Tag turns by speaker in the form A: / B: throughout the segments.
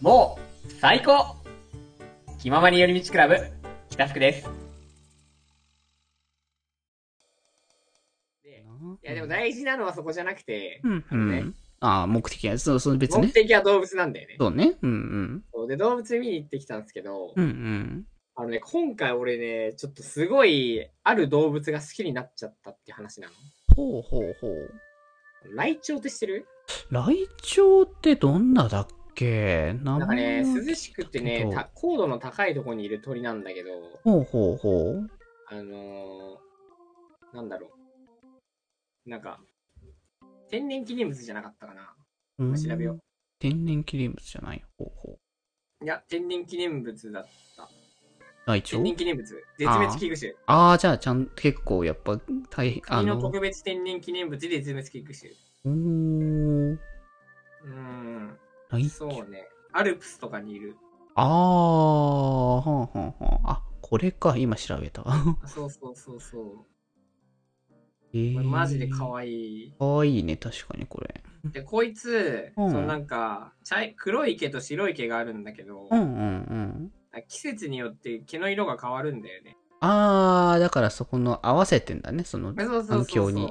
A: もう、最高気ままに寄り道クラブ、北福です。でいや、でも大事なのはそこじゃなくて、
B: うん、う
A: ね
B: ん。ああ、目的は、そう、そう、別
A: 目
B: ね。
A: 的は動物なんだよね。
B: そうね。うんうん。
A: そうで、動物見に行ってきたんですけど、
B: うんうん。
A: あのね、今回俺ね、ちょっとすごい、ある動物が好きになっちゃったって話なの。
B: ほうほうほう。
A: ライチョウって知ってる
B: ライチョウってどんなだっけ名
A: なんかね
B: 前、は
A: 涼しくて
B: 聞いた
A: ね
B: こと、
A: た高度の高いところにいる鳥なんだけど、
B: ほうほうほう。
A: あのー、なんだろう。なんか、天然記念物じゃなかったかな。
B: うん
A: 調べよう。
B: 天然記念物じゃない。ほうほう。
A: いや、天然記念物だ。
B: ライチ
A: 天
B: ョ
A: 然
B: ウ
A: 記念物。絶滅危惧種。
B: ああ、じゃあ、ちゃん、結構、やっぱ、大変、あ
A: 国の
B: の、
A: 特別天然記念物で絶滅危惧種。
B: おー、
A: うー
B: ライ
A: ん、
B: チョウ。
A: そうね。アルプスとかにいる。
B: ああ、はんはんはん。あ、これか、今調べた。
A: あそうそうそうそう。
B: えー、
A: これマジで可
B: い
A: 愛い。
B: い。かわいいね、確かにこれ。
A: で、こいつ、
B: うん
A: そのなんか、茶い黒い毛と白い毛があるんだけど、
B: うんうんうん。
A: 季節によって毛の色が変わるんだよね。
B: ああ、だからそこの合わせてんだね、その。
A: そうそうそう
B: 環境に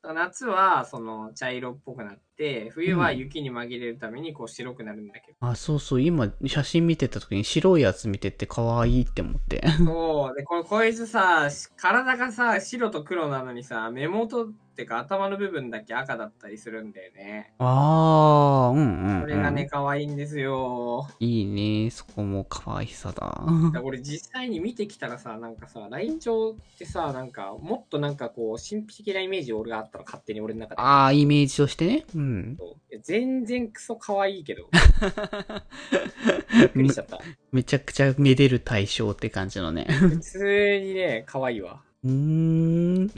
A: だから夏はその茶色っぽくなって冬は雪に紛れるためにこう白くなるんだけ
B: あ、そうそう、今写真見てた時に白いやつ見てて可愛いって思って。
A: ど、そうでこれこいつさし体がさ白と黒なのにさ目元ってか頭の部分だけ赤だったりするんだよね
B: ああ、うんうん、うん。
A: これがね可愛いんですよ
B: いいね、そこも可愛さだ。
A: だから俺実際に見てきたらさなんかさライチョウってさなんかもっとなんかこう神秘的なイメージ俺があったの勝手に俺の中で
B: ああ、イメージとしてね。うん。
A: そういや全然クソ可愛いけ どびっくり
B: め
A: しちゃった
B: めちゃくちゃめでる対象って感じのね。
A: 普通にね、可愛いわ。
B: うーん。
A: そう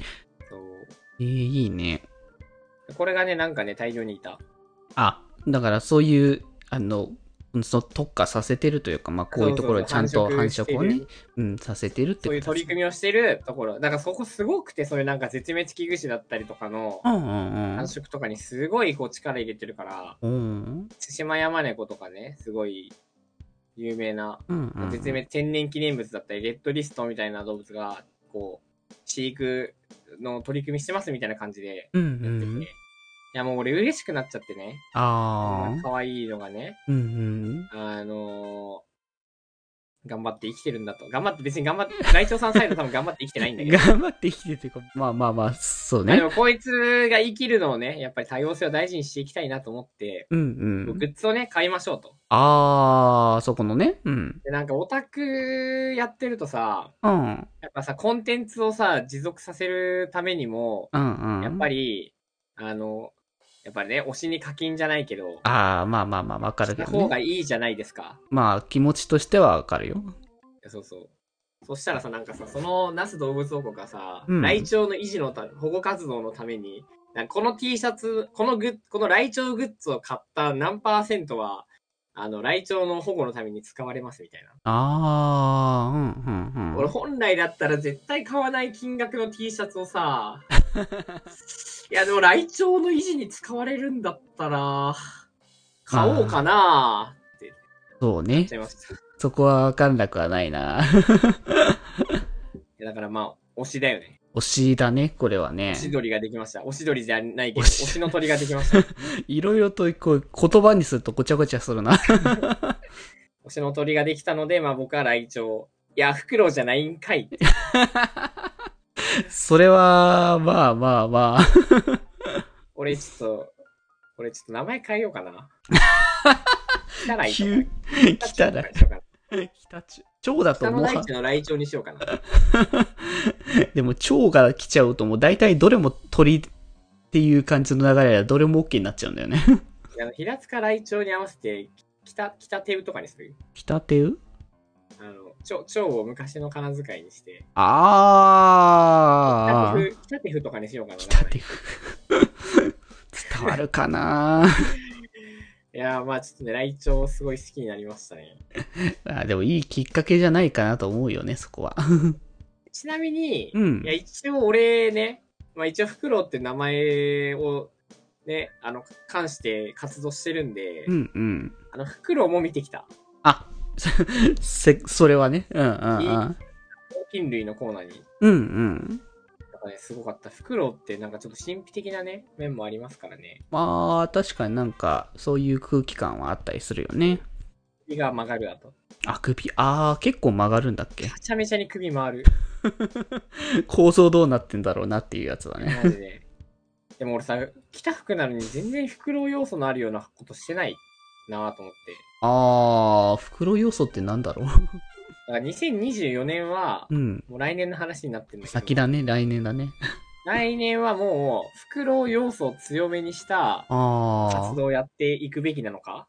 B: えー、いいね。
A: これがね、なんかね、大量にいた。
B: あ、だからそういう、あの、その特化させてるというか、まあこういうところをちゃんと繁殖を
A: して
B: ね
A: る、
B: うん、させてるって
A: そういう取り組みをしてるところ。だからそこすごくて、そういうなんか絶滅危惧種だったりとかの
B: うんうん
A: 繁
B: うん。
A: 殖とかにすごいこう力入れてるから、
B: うん。
A: ツシマヤマネコとかね、すごい有名な
B: うんうんうん
A: 絶滅天然記念物だったり、レッドリストみたいな動物が、こう、飼育の取り組みしてますみたいな感じで
B: うん
A: やってて、
B: うん
A: い。やもう俺嬉しくなっちゃってね、
B: ああ。
A: 可愛いのがね、
B: うんうん。
A: あのー、頑張って生きてるんだと。頑張って、別に頑張って、ライチョウさんサイド多分頑張って生きてないんだ けど。
B: 頑張って生きてるというか、まあまあまあ、そう
A: で
B: ね。
A: もこいつが生きるのをね、やっぱり多様性を大事にしていきたいなと思って、
B: うん
A: グ
B: うん。
A: ッズをね、買いましょうと。
B: ああ、そこのね。うん。
A: で、なんかオタクやってるとさ、
B: うん。
A: やっぱさ、コンテンツをさ、持続させるためにも、
B: うんうん。
A: やっぱり、あの、やっぱりね、推しに課金じゃないけど、
B: ああ、まあまあまあ、わかる
A: し
B: け
A: た方
B: ど
A: が
B: ね。
A: いいじゃないですか。
B: まあ、気持ちとしてはわかるよ。
A: いやそうそう。そしたらさ、なんかさ、その那須動物王国がさ、
B: うん
A: ライチョウの維持のた保護活動のために、なんかこの T シャツ、このグッこのライチョウグッズを買った何パーセントは、あの、ライチョウの保護のために使われますみたいな。
B: ああ、うんうんう
A: 俺
B: ん。
A: 本来だったら絶対買わない金額の T シャツを さ、いやでもライチョウの維持に使われるんだったら、買おうかなって言っ
B: そうね
A: ちゃ。いました。い
B: そこはわかんなくはないな。
A: やだからまあ、推しだよね。
B: 推しだね、これはね
A: 推。し鳥ができました。推し鳥じゃないけど、推
B: 推し
A: しの鳥ができました。
B: いろいろとこう言葉にするとごちゃごちゃするな。
A: 推しの鳥ができたので、まあ僕はライチョウ。いや、フクロウじゃないんかいって。
B: それは、まあまあまあ。
A: 俺ちょっと、俺ちょっと名前変えようかな。汚いと
B: 急、
A: か。
B: 来たら、
A: 汚いとか
B: 北中。蝶だと
A: 北
B: 思
A: の
B: う。
A: 大地のライチョウにしようかな。
B: でも蝶が来ちゃうともう大体どれも鳥っていう感じの流れはどれも OK になっちゃうんだよね。
A: あの平塚ライチョウに合わせて、北、北手ウとかにする。
B: 北手う
A: あの、蝶蝶を昔の仮名遣いにして、北
B: あ
A: 手
B: ー。
A: ウ北手ウとかにしようかな。
B: 北手う。伝わるかな
A: いやー、まあちょっとね、ライチョウすごい好きになりましたね。
B: あでもいいきっかけじゃないかなと思うよね、そこは。
A: ちなみに、
B: うん
A: いや、一応俺ね、まあ一応フクロウって名前をね、あの、関して活動してるんで、
B: うんうん。
A: あの、フクロウも見てきた。
B: あ、せ、それはね。うんうんう
A: いい
B: ん。
A: 菌類のコーナーに。
B: うんうん。
A: なんかね、すごかった。フクロウってなんかちょっと神秘的なね、面もありますからね。
B: まあ、確かになんか、そういう空気感はあったりするよね。
A: 首が曲がるだと。
B: あ、首、あー、結構曲がるんだっけ
A: めちゃめちゃに首回る。
B: 構造どうなってんだろうなっていうやつだね。
A: マジで。 でも俺さ、着た服なのに全然フクロウ要素のあるようなことしてないなぁと思って。
B: あー、袋要素ってなんだろ
A: だから2024年は
B: う、うん。
A: もう来年の話になってるんだけど。
B: 先だね、来年だね。
A: 来年はもう、フクロウ要素を強めにした
B: あ
A: 活
B: ー、
A: 動をやっていくべきなのか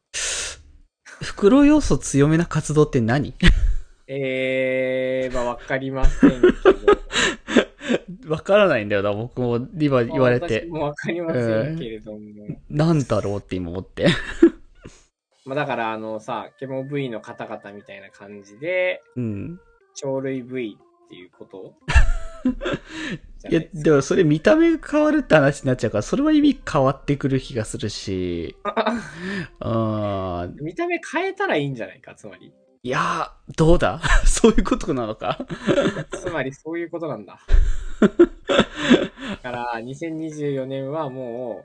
B: 袋要素強めな活動って何
A: えー、まあわかりませんけど。
B: わからないんだよな、僕も今 言われて
A: 私。もわかりませんけれども。
B: なんだろうって今思って。
A: まあだからあのさ、ケモ部位の方々みたいな感じで、
B: うん。
A: 鳥類部位っていうことじ ゃ
B: い
A: な
B: や
A: い、ですか
B: でもそれ見た目が変わるって話になっちゃうから、それは意味変わってくる気がするし。あー
A: 見た目変えたらいいんじゃないか、つまり。
B: いやー、どうだ そういうことなのか
A: つまりそういうことなん だ。だから、2024年はも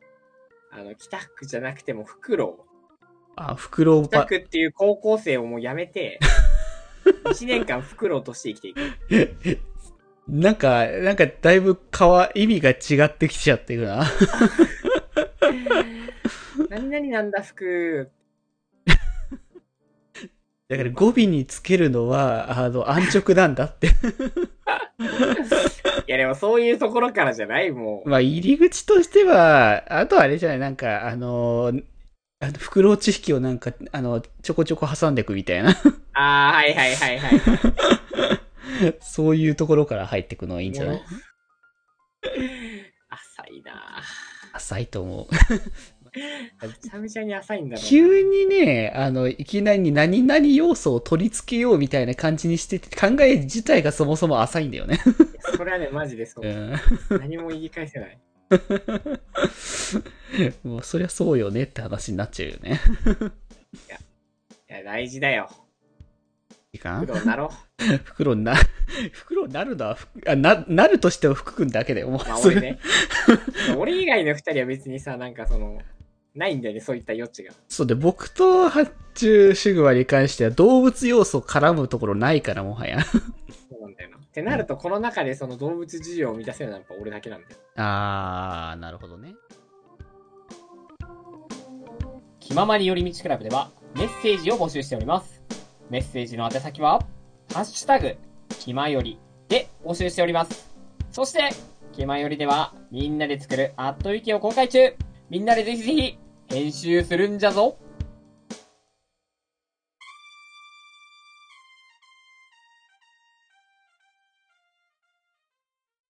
A: う、あの、北区じゃなくてもフクロウ。
B: あ、袋
A: 北
B: ば、
A: 区っていう高校生をもうやめ て、1年間フクロウとして生きていく。
B: なんか、なんかだいぶかわ、意味が違ってきちゃってるな。
A: 何々なんだ、服。
B: だから語尾につけるのは、あの、安直なんだって。
A: いや、でもそういうところからじゃないもう。
B: まあ、入り口としては、あとあれじゃない、なんか、あの、あの袋知識をなんか、あの、ちょこちょこ挟んでいくみたいな、
A: ああ、はいはいはいはい。
B: そういうところから入ってくのはいいんじゃな
A: も
B: いう
A: 浅いな
B: 浅いと思う。
A: ぁめちゃめちゃに浅いんだろうな
B: 急にね、あの、いきなり何々要素を取り付けようみたいな感じにしてて、考え自体がそもそも浅いんだよね。
A: それはね、マジでそうう。
B: ん。
A: 何も言い返せない。
B: もう、そりゃそうよねって話になっちゃうよね。
A: いや、大事だよ。
B: いいか
A: フク
B: な
A: ロウなろう。
B: 袋にな、 袋になるのは、ふあな、なるとしては福君だけだよ、もう。
A: まあ
B: それ
A: 俺ね。俺以外の二人は別にさ、なんかその、ないんだよね、そういった余地が。
B: そうで、僕と発注シグマに関しては動物要素絡むところないから、もはや。
A: そうなんだよな。ってなると、この中でその動物需要を満たせるのはやっぱ俺だけなんだよ。
B: あー、なるほどね。
A: 気ままに寄り道クラブでは、メッセージを募集しております。メッセージの宛先は、ハッシュタグ、気まよりで募集しております。そして、気まよりでは、みんなで作るアットウィキを公開中みんなでぜひぜひ、編集するんじゃぞ